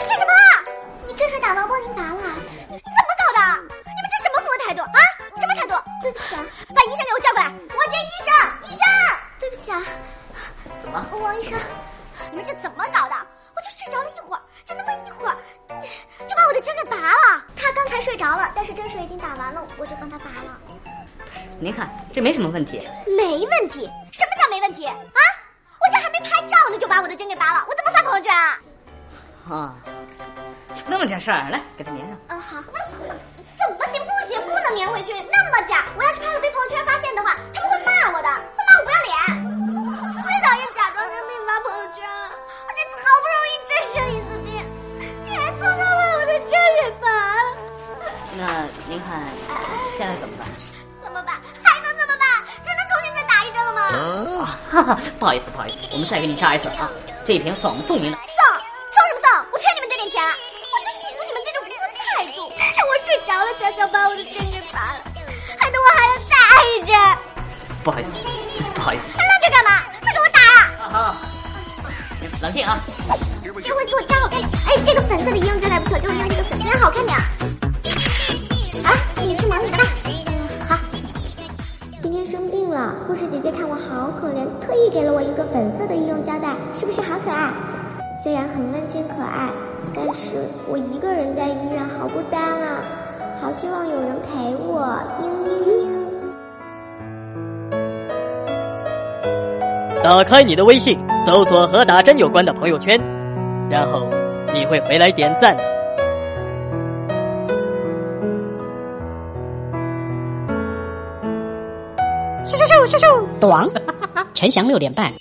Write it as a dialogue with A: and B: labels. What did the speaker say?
A: 啊把医生给我叫过来！我见医生，医生，对不起啊，
B: 怎么了？
A: 王医生，你们这怎么搞的？我就睡着了一会儿，就那么一会儿，就把我的针给拔了。他刚才睡着了，但是针水已经打完了，我就帮他拔了。
B: 您看这没什么问题，
A: 没问题？什么叫没问题啊？我这还没拍照呢，就把我的针给拔了，我怎么发朋友圈啊？
B: 啊、就那么点事儿。来，给它粘上。
A: 嗯，好。这不行不行，不能粘回去，那么假！我要是拍了被朋友圈发现的话，他们会骂我的，会骂我不要脸。最讨厌假装生病发朋友圈了，我这次好不容易真生一次病，你还偷偷把我的针给拔了，
B: 那您看现在怎么办？
A: 怎么办？还能怎么办？只能重新再打一针了吗？
B: 啊，哈哈，不好意思，不好意思，我们再给你扎一次啊。这一瓶算我们送您的。
A: 送送什么送？我缺你们这点钱啊！我就是服你们这种服的态度，趁我睡着了悄悄把我的针给拔了，害得我还要再挨一针。
B: 不好意思，真不好意思。
A: 还愣着干嘛？快给我打啊！
B: 啊好，冷静啊。
A: 这回给我扎好看点。哎，这个粉色的医用针还不错，给我用这个粉针好看点儿。啊，你去忙你的吧。嗯，好。今天生病了，护士姐姐看我好可怜，特意给了我一个粉色的医用胶带，是不是好可爱？虽然很温馨可爱，但是我一个人在医院好孤单啊，好希望有人陪我。嘤嘤嘤。
C: 打开你的微信，搜索和打针有关的朋友圈，然后你会回来点赞的。
D: 短，陈翔六点半。